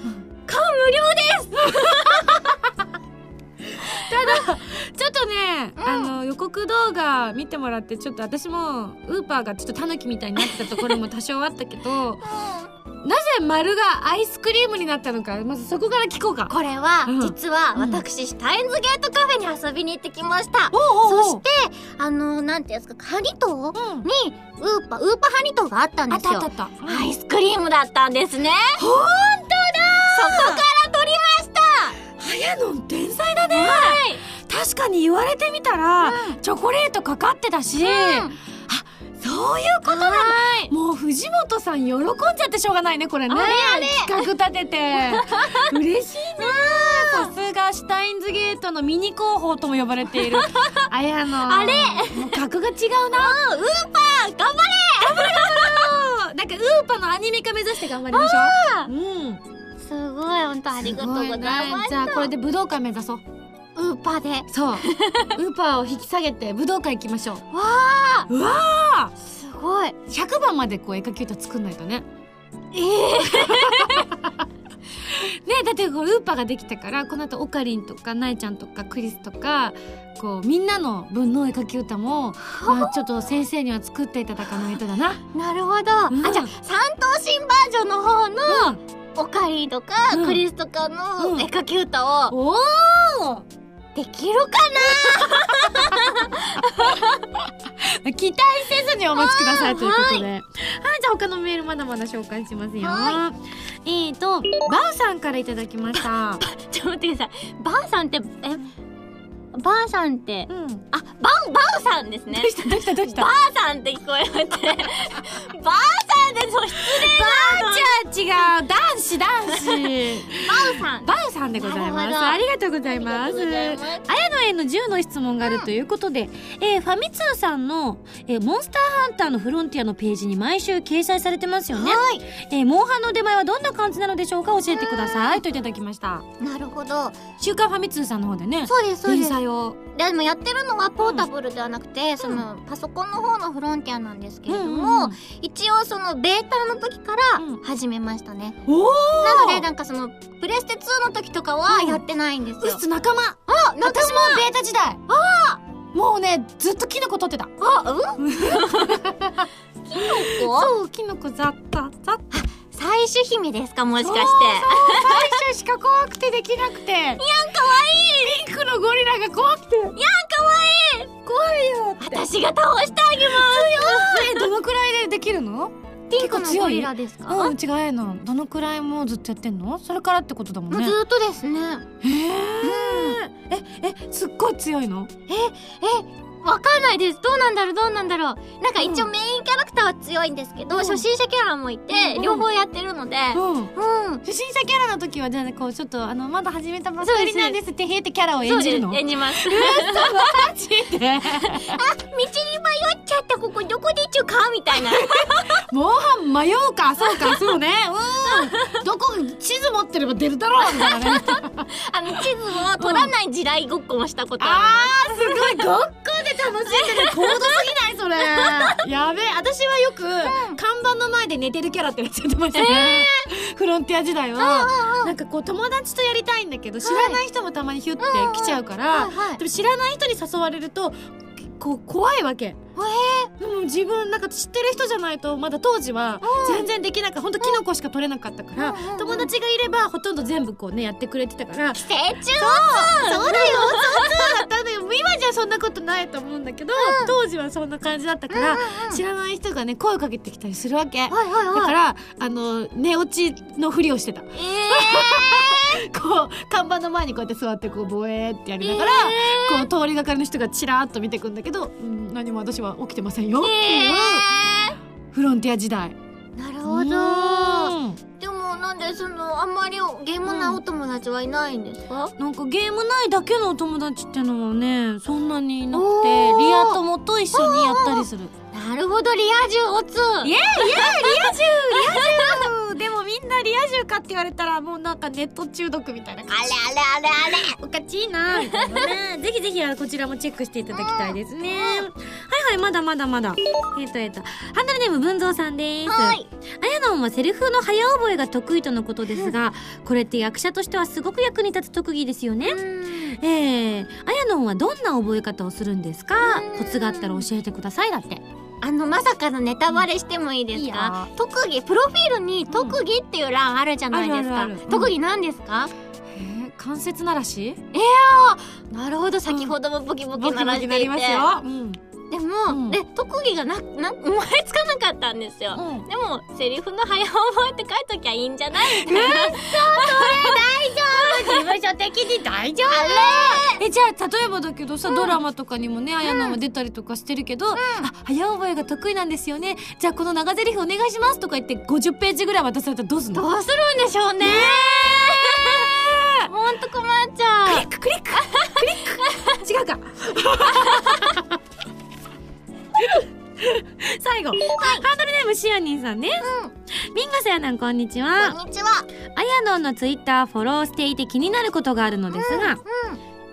Speaker 2: ちょっとね、あの予告動画見てもらってちょっと私もウーパーがちょっとタヌキみたいになってたところも多少あったけどなぜ丸がアイスクリームになったのかまずそこから聞こうか。
Speaker 1: これは、
Speaker 2: うん
Speaker 1: 実は
Speaker 2: うん
Speaker 1: 私、シュタインズゲートカフェに遊びに行ってきました
Speaker 2: おうおうおう
Speaker 1: そしてあのなんていうんですかハニトー
Speaker 2: うん
Speaker 1: にウーパウーパハニトーがあったん
Speaker 2: あ
Speaker 1: で
Speaker 2: っ
Speaker 1: す
Speaker 2: た
Speaker 1: よ
Speaker 2: あったあった。
Speaker 1: アイスクリームだったんですねほんとだそこから取りました
Speaker 2: はやのん天才だね、確かに言われてみたら、チョコレートかかってたし、あそういうことなんだもう藤本さん喜んじゃってしょうがないねこれね企画立て [LAUGHS] て嬉しいねさすがシュタインズゲートのミニ広報とも呼ばれているあやのあれもう格が違うな
Speaker 1: ウーパー頑張れ
Speaker 2: なんかウーパのアニメ化目指して頑張りましょううん
Speaker 1: すごい本当ありがとうございます
Speaker 2: じゃあこれで武道館目指そう
Speaker 1: ウーパーで
Speaker 2: そうウーパーを引き下げて武道館行きましょう
Speaker 1: すごい
Speaker 2: 100番までこう絵描き歌作んないとね。ええねだってこうルーパーができたからこの後オカリンとかナエちゃんとかクリスとかこうみんなの分の絵描き歌も、まあ、ちょっと先生には作っていただかないとだな。
Speaker 1: なるほど、
Speaker 2: うん
Speaker 1: あじゃあ三頭身バージョンの方の
Speaker 2: うん、
Speaker 1: オカリンとか、
Speaker 2: うん
Speaker 1: クリスとか
Speaker 2: う
Speaker 1: の
Speaker 2: ん
Speaker 1: 絵描き歌を
Speaker 2: おお
Speaker 1: できるか
Speaker 2: 期待せずにお待ちくださいということで。はい、じゃあ他のメールまだまだ紹介しますよ。えーと、バウさんからいただきました。
Speaker 1: なちょっと待ってくださいばあさんってえばあさんって
Speaker 2: [LAUGHS] うん。
Speaker 1: あばんばあさんですね
Speaker 2: どうしたどうしたどうした
Speaker 1: ばあさんって聞こえて [LAUGHS] ばあさんでそう失
Speaker 2: 違う男子男子 [LAUGHS]
Speaker 1: 礼ばあさん
Speaker 2: バウさんでござい
Speaker 1: な
Speaker 2: ま
Speaker 1: る
Speaker 2: す
Speaker 1: ほど
Speaker 2: ありがとうございます
Speaker 1: ありがとうござい
Speaker 2: あやのへの10の質問があるということで、えーファミ通さんの、えーモンスターハンターのフロンティアのページに毎週掲載されてますよね、
Speaker 1: はい
Speaker 2: えーモンハンの出前はどんな感じなのでしょうか教えてくださいといただきました
Speaker 1: なるほど
Speaker 2: 週刊ファミ通さんの方でね
Speaker 1: そうですそうで
Speaker 2: 連
Speaker 1: す
Speaker 2: 載を
Speaker 1: でもやってるのはポータブルではなくて、そのパソコンの方のフロンティアなんですけれども、
Speaker 2: うんうん
Speaker 1: 一応そのベータの時から
Speaker 2: うん
Speaker 1: 始めましたね、
Speaker 2: おお
Speaker 1: なのでなんかそのプレステ2の時とかは
Speaker 2: うん
Speaker 1: やってないんです
Speaker 2: うっ
Speaker 1: よ、
Speaker 2: す仲間
Speaker 1: あなんか
Speaker 2: 私もベータ時代ああもうねずっとキノコ取ってた
Speaker 1: あうん [LAUGHS] キノコ
Speaker 2: うキノコザッタザッタ
Speaker 1: 採取姫ですかもしかして
Speaker 2: そう最初しか怖くてできなくてやんかわいいピンクのゴリラが怖くてやんかわいい怖いよ
Speaker 1: 私が倒してあげます
Speaker 2: えどのくらいでできるの
Speaker 1: ピンクの
Speaker 2: 結構
Speaker 1: ゴ
Speaker 2: 強い
Speaker 1: リラですか、
Speaker 2: うん違うのどのくらいもうずっとやってんのそれからってことだも
Speaker 1: も
Speaker 2: ん
Speaker 1: う
Speaker 2: ね
Speaker 1: ずーっとですね
Speaker 2: へえ、ええすっごい強いの
Speaker 1: わかんないですどうなんだろうどうなんだろうなんか一応
Speaker 2: うん
Speaker 1: メインキャラクターは強いんですけど、
Speaker 2: うん
Speaker 1: 初心者キャラもいて、
Speaker 2: うん
Speaker 1: 両方やってるので、
Speaker 2: うん
Speaker 1: うん、
Speaker 2: 初心者キャラの時はじゃあねこうちょっとあのまだ始めたばっかりなんですってへーってキャラを演じる
Speaker 1: そ
Speaker 2: の
Speaker 1: うです演じます。
Speaker 2: じて
Speaker 1: 道に迷っちゃったここどこで行っちゃうかみ
Speaker 2: [LAUGHS]
Speaker 1: たいな。
Speaker 2: モンハン迷うかそうかそうねうんどこ地図持ってれば出るだろうみたいなね
Speaker 1: あの地図を取らない地雷ごっこもしたことあ
Speaker 2: あーすごいごっこで楽しんでる高度すぎないそれ [LAUGHS] やべえ私はよく、看板の前で寝てるキャラってなっちゃってましたね、フロンティア時代は、なんかこう友達とやりたいんだけど知らない人もたまにヒュッて来ちゃうから、
Speaker 1: る。はいはい
Speaker 2: でも知らない人に誘われるとこう怖いわけ。でも自分なんか知ってる人じゃないとまだ当時は全然できなかったほんとキノコしか取れなかったから
Speaker 1: うんうんうん
Speaker 2: 友達がいればほとんど全部こうねやってくれてたから
Speaker 1: 成虫
Speaker 2: そうだよ、そうだったんだけど、今じゃそんなことないと思うんだけど、当時はそんな感じだったから、知らない人がね、声をかけてきたりするわけ。だ
Speaker 1: はいはい
Speaker 2: か
Speaker 1: はい。
Speaker 2: ら、あの、寝落ちのふりをしてた。こ [LAUGHS]
Speaker 1: え
Speaker 2: う、看板の前にこうやって座って、こう、ボエーってやりながら、こう、通りがかりの人がチラーっと見てくんだけど、うん何も私は起きてませんよっていう、フロンティア時代。
Speaker 1: ー、なる
Speaker 2: う
Speaker 1: ほ
Speaker 2: ん
Speaker 1: ど。その、あんまりゲームなお友達はいないんですか、
Speaker 2: なんかゲーム内だけのお友達ってのはねそんなにいなく
Speaker 1: お
Speaker 2: て
Speaker 1: ー
Speaker 2: リア友と一緒にやったりする
Speaker 1: なるほど、リア充オツ
Speaker 2: イエイイエイリア充リア [LAUGHS] 充でもみんなリア充かって言われたらもうなんかネット中毒みたいな感じ
Speaker 1: あれあれあれ
Speaker 2: おかちいなみたいなねぜひぜひあのこちらもチェックしていただきたいですねはいはいまだまだまだえっ、とえっ、とハンドルネーム文蔵さんです
Speaker 1: はい。
Speaker 2: あやのんはセリフの早覚えが得意とのことですがこれって役者としてはすごく役に立つ特技ですよねえー、あやのんはどんな覚え方をするんですかコツがあったら教えてくださいだって
Speaker 1: あの、まさかのネタバレしてもいいです
Speaker 2: いいよ
Speaker 1: か特技、プロフィールに特技っていう欄あるじゃないです
Speaker 2: う
Speaker 1: か
Speaker 2: んあるあるあるう。ん
Speaker 1: 特技何ですか
Speaker 2: えー、関節ならし
Speaker 1: なるほど、先ほどもボキボキ鳴らしていて。
Speaker 2: うん
Speaker 1: でも、
Speaker 2: うん
Speaker 1: で特技がなな思いつかなかったんですよ、
Speaker 2: う
Speaker 1: でもセリフの早覚えって書いときゃいいんじゃないみたいな
Speaker 3: 事務所的に大丈夫
Speaker 2: えじゃあ例えばだけどさ、ドラマとかにもねあやのんは出たりとかしてるけど、あ早覚えが得意なんですよねじゃあこの長ゼリフお願いしますとか言って50ページぐらい渡されたらどうすんの
Speaker 1: [LAUGHS] どうするんでしょうねほんと困っちゃう
Speaker 2: 違うか [LAUGHS] 最後、ハンドルネームシアニンさんね、ミンゴセアナんこんにちは
Speaker 1: こんにちは
Speaker 2: あやのんのツイッターフォローしていて気になることがあるのですが、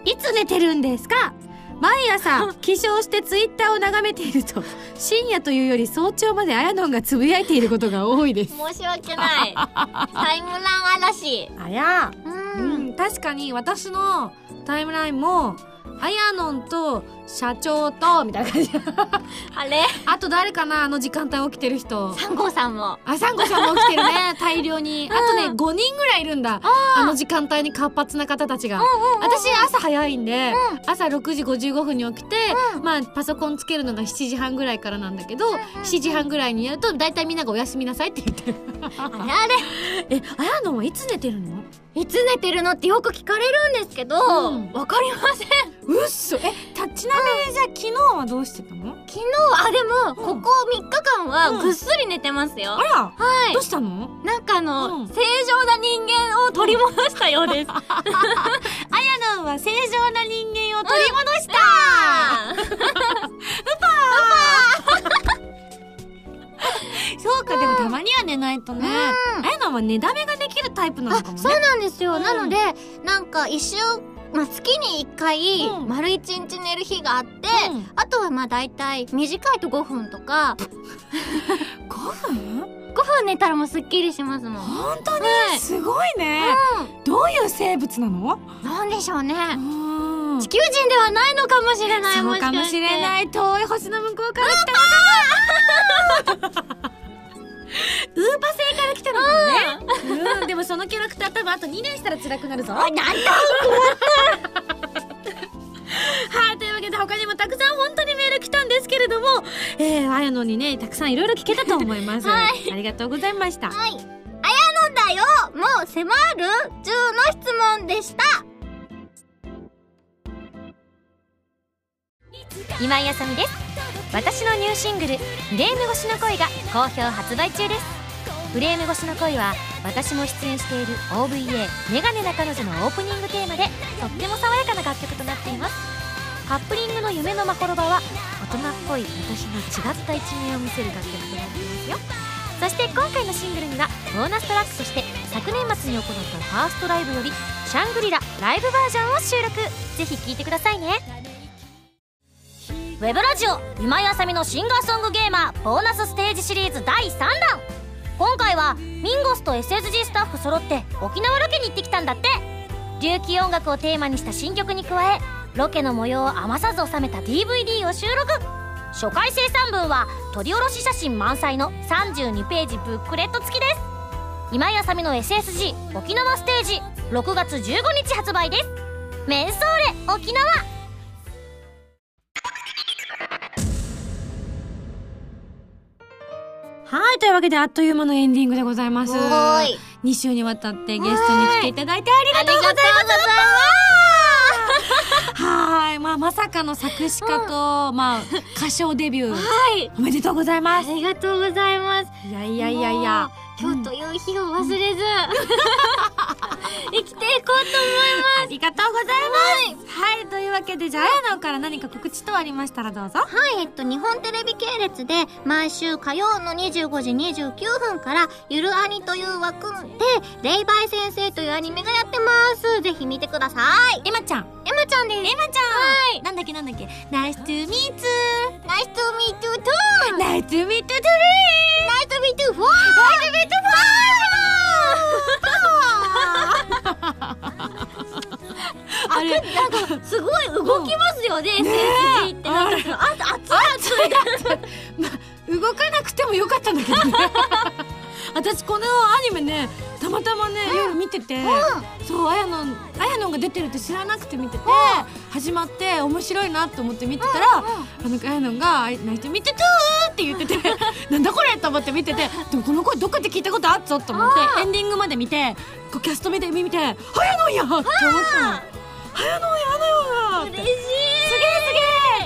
Speaker 2: いつ寝てるんですか毎 [LAUGHS] 朝起床してツイッターを眺めていると深夜というより早朝まであやのんがつぶやいていることが多いです
Speaker 1: 申し訳ないタイムラン嵐
Speaker 2: あや
Speaker 1: うん、
Speaker 2: うん、確かに私のタイムラインもあやのんと社長とみたいな [LAUGHS] 感じ
Speaker 1: あれ
Speaker 2: あと誰かなあの時間帯起きてる人
Speaker 1: 三号さんも
Speaker 2: あさんこさんも起きてるね大量にあとね5人ぐらいいるんだあの時間帯に活発な方たちが私朝早いんで、朝6時55分に起きて、まあパソコンつけるのが7時半ぐらいからなんだけど、7時半ぐらいにやると大体みんなが「おやすみなさい」って言ってる
Speaker 1: あれあれ
Speaker 2: [LAUGHS] えあやのはいつ寝てるの
Speaker 1: いつ寝てるのってよく聞かれるんですけどわ、
Speaker 2: うん
Speaker 1: かりません
Speaker 2: うっそえたちなみにじゃあ昨日はどうしてたの
Speaker 1: 昨日あでもここ3日間はぐっすり寝てますよ、
Speaker 2: あら
Speaker 1: はい
Speaker 2: どうしたの
Speaker 1: なんかあの、
Speaker 2: うん
Speaker 1: 正常な人間を取り戻したよう [LAUGHS] です。
Speaker 2: あやのは正常な人間を取り戻した、そうかでもたまには寝ないとね、あやのは寝だめができるタイプなのかもね
Speaker 1: そうなんですよ。
Speaker 2: うん
Speaker 1: なので、なんか一週、まあ、月に1回、
Speaker 2: うん
Speaker 1: 丸1日寝る日があって、
Speaker 2: うん
Speaker 1: あとはまあ大体短いと5分とか、
Speaker 2: 5分
Speaker 1: 5分寝たらもうすっきりしますもん。
Speaker 2: 本当に、
Speaker 1: はい
Speaker 2: すごいね、どういう生物なの
Speaker 1: なんでしょうね。
Speaker 2: うん
Speaker 1: 地球人ではないのかもしれない、
Speaker 2: そうかも
Speaker 1: し
Speaker 2: しれ
Speaker 1: い。
Speaker 2: ない遠い星の向こうから来たのかなウーパ星から来たのかもね、うん、でもそのキャラクター多分あと2年したら辛くなるぞなんだはい、というわけで他にもたくさん本当にメール来たんですけれども、えー、あやのにね、たくさんいろいろ聞けたと思います。
Speaker 1: はい
Speaker 2: ありがとうございました。
Speaker 1: はい。あやのだよもう迫る ?10 の質問でした。
Speaker 7: 今井あさみです私のニューシングル「フレーム越しの恋」が好評発売中です「フレーム越しの恋」は私も出演している OVA「メガネな彼女」のオープニングテーマでとっても爽やかな楽曲となっていますカップリングの「夢のまほろば」は大人っぽい私の違った一面を見せる楽曲となっていますよそして今回のシングルにはボーナストラックとして昨年末に行ったファーストライブより「シャングリラライブバージョン」を収録ぜひ聴いてくださいねウェブラジオ今井あさみのシンガーソングゲーマーボーナスステージシリーズ第3弾今回はミンゴスと SSG スタッフ揃って沖縄ロケに行ってきたんだって琉球音楽をテーマにした新曲に加えロケの模様を余さず収めた DVD を収録初回生産分は撮り下ろし写真満載の32ページブックレット付きです今井あさみの SSG 沖縄ステージ6月15日発売ですメンソーレ沖縄
Speaker 2: はい、というわけであっという間のエンディングでございます。
Speaker 1: ーい
Speaker 2: 2週にわたってゲストに来ていただいてありがとうございます。
Speaker 1: ありがとうございます。
Speaker 2: はい、まあ、まさかの作詞家と、まあ、歌唱デビュー。
Speaker 1: はい。
Speaker 2: おめでとうございま
Speaker 1: あ
Speaker 2: す。
Speaker 1: りがとうございます。
Speaker 2: いやいやいやいや。
Speaker 1: 今日という日を忘れず、 [LAUGHS] 生きていこうと思います。
Speaker 2: ありがとうございます。はい、というわけで、じゃあ、あやなおから何か告知等ありましたらどうぞ。
Speaker 1: はい、えっと、日本テレビ系列で、毎週火曜の25時29分から、ゆるアニという枠で、霊媒先生というアニメがやってます。ぜひ見てください。
Speaker 2: エマちゃん。
Speaker 1: エマちゃんです。エマちゃんはい。
Speaker 2: なんだっけなんだっけ。Nice to meet you.
Speaker 1: ナイス to meet you too!
Speaker 2: Nice to meet you
Speaker 1: ナイス to meet you four! ナイス to meet you four!
Speaker 2: あれ、
Speaker 1: なんか、すごい動きますよね、SSG って。なんか、あと、熱い熱い。
Speaker 2: 動かなくてもよかったんだけどね。 [LAUGHS] 私このアニメねたまたまね、夜見てて、そうあやのんあやのんが出てるって知らなくて見てて、始まって面白いなと思って見てたら、あのあやのんが「あい泣いて見てトゥー!」って言ってて [LAUGHS] 「なんだこれ!」と思って見ててでもこの声どっかで聞いたことあっぞと思ってエンディングまで見てこうキャスト見て見て「あやのんや!」って思ったの「あやのんやあやのんや!」って
Speaker 1: 嬉しい。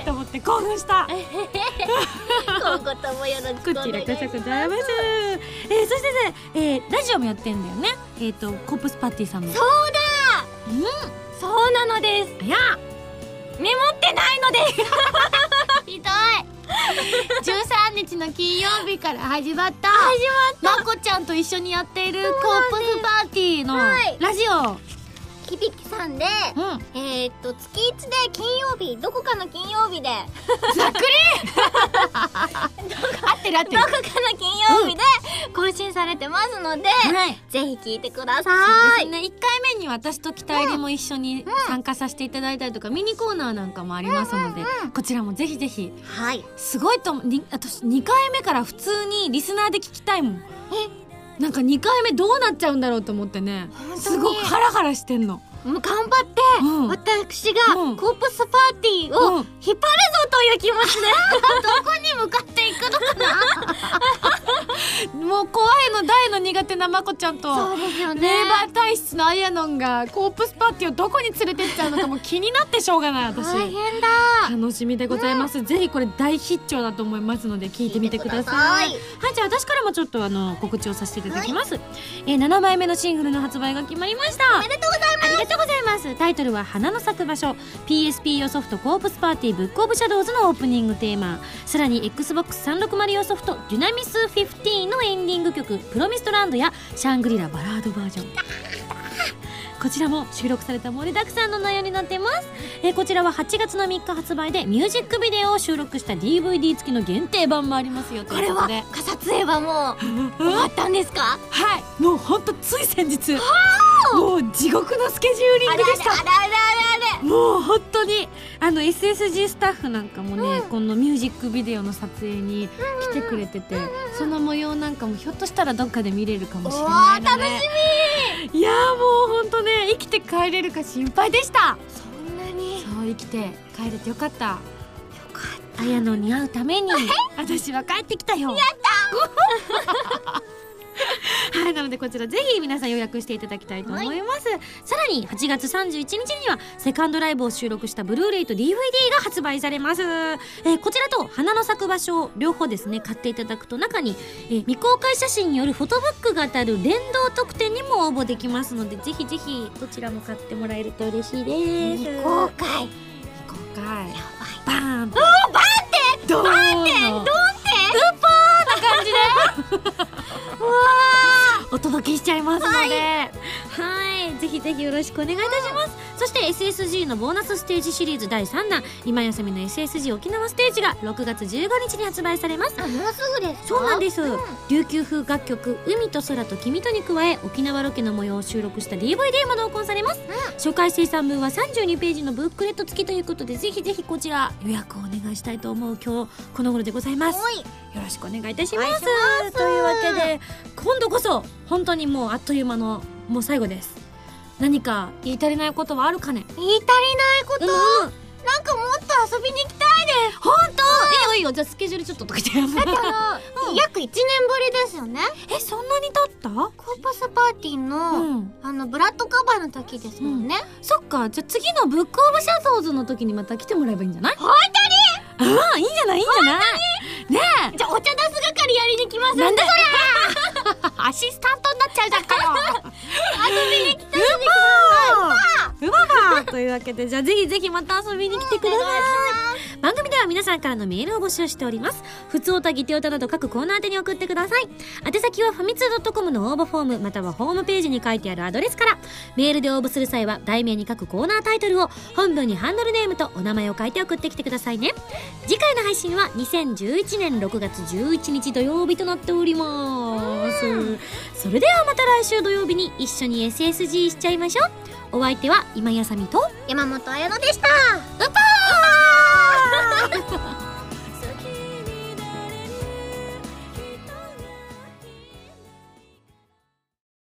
Speaker 2: えーと思って興奮した。
Speaker 1: 今後ともよろしく
Speaker 2: こ
Speaker 1: お願
Speaker 2: ちら
Speaker 1: い
Speaker 2: こ
Speaker 1: します。
Speaker 2: そございます。えー、そしてね、えー、ラジオもやってんだよね。えっ、と、コープスパーティーさんの。そう
Speaker 1: そうなのです。
Speaker 2: や
Speaker 1: メモってないのです。
Speaker 3: ひどい13日の金曜日から始まった始まったまこちゃんと一緒にやっているコープスパーティーの
Speaker 1: はい
Speaker 3: ラジオ
Speaker 1: 響さんで、
Speaker 3: うん
Speaker 1: えーっと、月1で金曜日、どこかの金曜日で、
Speaker 3: 合ってる合って
Speaker 1: ど
Speaker 3: る
Speaker 1: こかの金曜日で更新されてますので、
Speaker 3: はい
Speaker 1: ぜひ聞いてくださ。
Speaker 3: はいい、ね、1回目に私と北入りも一緒に参加させていただいたりとか、ミニコーナーなんかもありますので、こちらもぜひぜひ
Speaker 1: はい。
Speaker 3: すごいと思うに私2回目から普通にリスナーで聞きたいもんなんか2回目どうなっちゃうんだろうと思ってね
Speaker 1: 当に
Speaker 3: すごくハラハラしてんの
Speaker 1: もう頑張って、
Speaker 3: うん
Speaker 1: 私が
Speaker 3: うん
Speaker 1: コープスパーティーを
Speaker 3: うん
Speaker 1: 引っ張るぞという気持ちで、 [LAUGHS]
Speaker 3: もう怖いの大の苦手なまこちゃんと
Speaker 1: そうですよ
Speaker 3: レーバー体質のアヤノンがコープスパーティーをどこに連れてっちゃうのかもう気になってしょうがない私
Speaker 1: 大変だ。
Speaker 3: 楽しみでございます、ぜひこれ大必聴だと思いますので聞いてみてください
Speaker 1: 聞いて
Speaker 3: はいじゃあ私からもちょっとあの告知をさせていただきます、えー、7枚目のシングルの発売が決まりましたおめでとうございますありがとうございますタイトルは「花の咲く場所」PSP 用ソフト「コープスパーティーブックオブシャドウズ」のオープニングテーマさらに XBOX360 用ソフト「デュナミス15」のエンディング曲「プロミストランド」や「シャングリラバラードバージョン」こちらも収録された盛りだくさんの内容になっています、えーこちらは8月の3日発売でミュージックビデオを収録した DVD 付きの限定版もありますよと
Speaker 1: こ
Speaker 3: い
Speaker 1: れ
Speaker 3: うことで、
Speaker 1: はか撮影はもう、終わったんですか
Speaker 2: はい。もうほんとつい先日。もう地獄のスケジューリン
Speaker 1: あれ
Speaker 2: グで
Speaker 1: あれ
Speaker 2: した。
Speaker 1: あれあれあれ
Speaker 2: もう本当にあの SSG スタッフなんかもね、このミュージックビデオの撮影に来てくれてて、その模様なんかもひょっとしたらどっかで見れるかもしれないので楽しみいやーもう本当ね生きて帰れるか心配でした
Speaker 1: そんなに。
Speaker 2: そう生きて帰れてよかったよかった綾乃に会うために [LAUGHS] 私は帰ってきたよやった [LAUGHS] はいなのでこちらぜひ皆さん予約していただきたいと思います、さらに8月31日にはセカンドライブを収録したブルーレイと DVD が発売されます、えーこちらと花の咲く場所を両方ですね買っていただくと中に、えー未公開写真によるフォトブックが当たる連動特典にも応募できますのでぜひぜひどちらも買ってもらえると嬉しいです
Speaker 1: 未公開。
Speaker 2: 今回バーンバーンってドーンの [LAUGHS] お届けしちゃいますのではいぜひぜひよろしくお願いいたしますそして SSG のボーナスステージシリーズ第3弾今休みの SSG 沖縄ステージが6月15日に発売されます
Speaker 1: あ、もうすぐですか
Speaker 2: そうなんです、琉球風楽曲「海と空と君と」に加え沖縄ロケの模様を収録した DVD も同梱されます、初回生産分は32ページのブックレット付きということでぜひぜひこちら予約をお願いしたいと思う今日この頃でございます
Speaker 1: はい。
Speaker 2: よろしくお願いいたしますというわけで今度こそ本当にもうあっという間のもう最後です何か言い足りないことはあるかね
Speaker 1: 言い足りないこと、なんかもっと遊びに行きたいです
Speaker 2: 本当いいよいいよじゃあスケジュールちょっととか言 [LAUGHS] って
Speaker 1: あの、約1年ぶりですよね
Speaker 2: えそんなに経っ
Speaker 1: コーパスパーティー
Speaker 2: た
Speaker 1: の、
Speaker 2: ん
Speaker 1: あのブラッドカバーの時ですもんね、
Speaker 2: そっかじゃあ次のブックオブシャドウズの時にまた来てもらえばいいんじゃない本当にああいいんじゃないいいんじゃないねえ
Speaker 1: じゃあお茶出す係やりに来ます
Speaker 2: なんだそりゃアシスタントになっちゃうじゃんかよ遊びに来たうばーうばーというわけでじゃあぜひぜひまた遊びに来てください番組では皆さんからのメールを募集しておりますふつおたぎておたなど各コーナー宛てに送ってください宛先はファミツー .com の応募フォームまたはホームページに書いてあるアドレスからメールで応募する際は題名に書くコーナータイトルを本文にハンドルネームとお名前を書いて送ってきてくださいね次回の配信は2011年6月11日土曜日となっておりますそれではまた来週土曜日に一緒に SSG しちゃいましょうお相手は今やさみと
Speaker 1: 山本彩乃でしたうぱー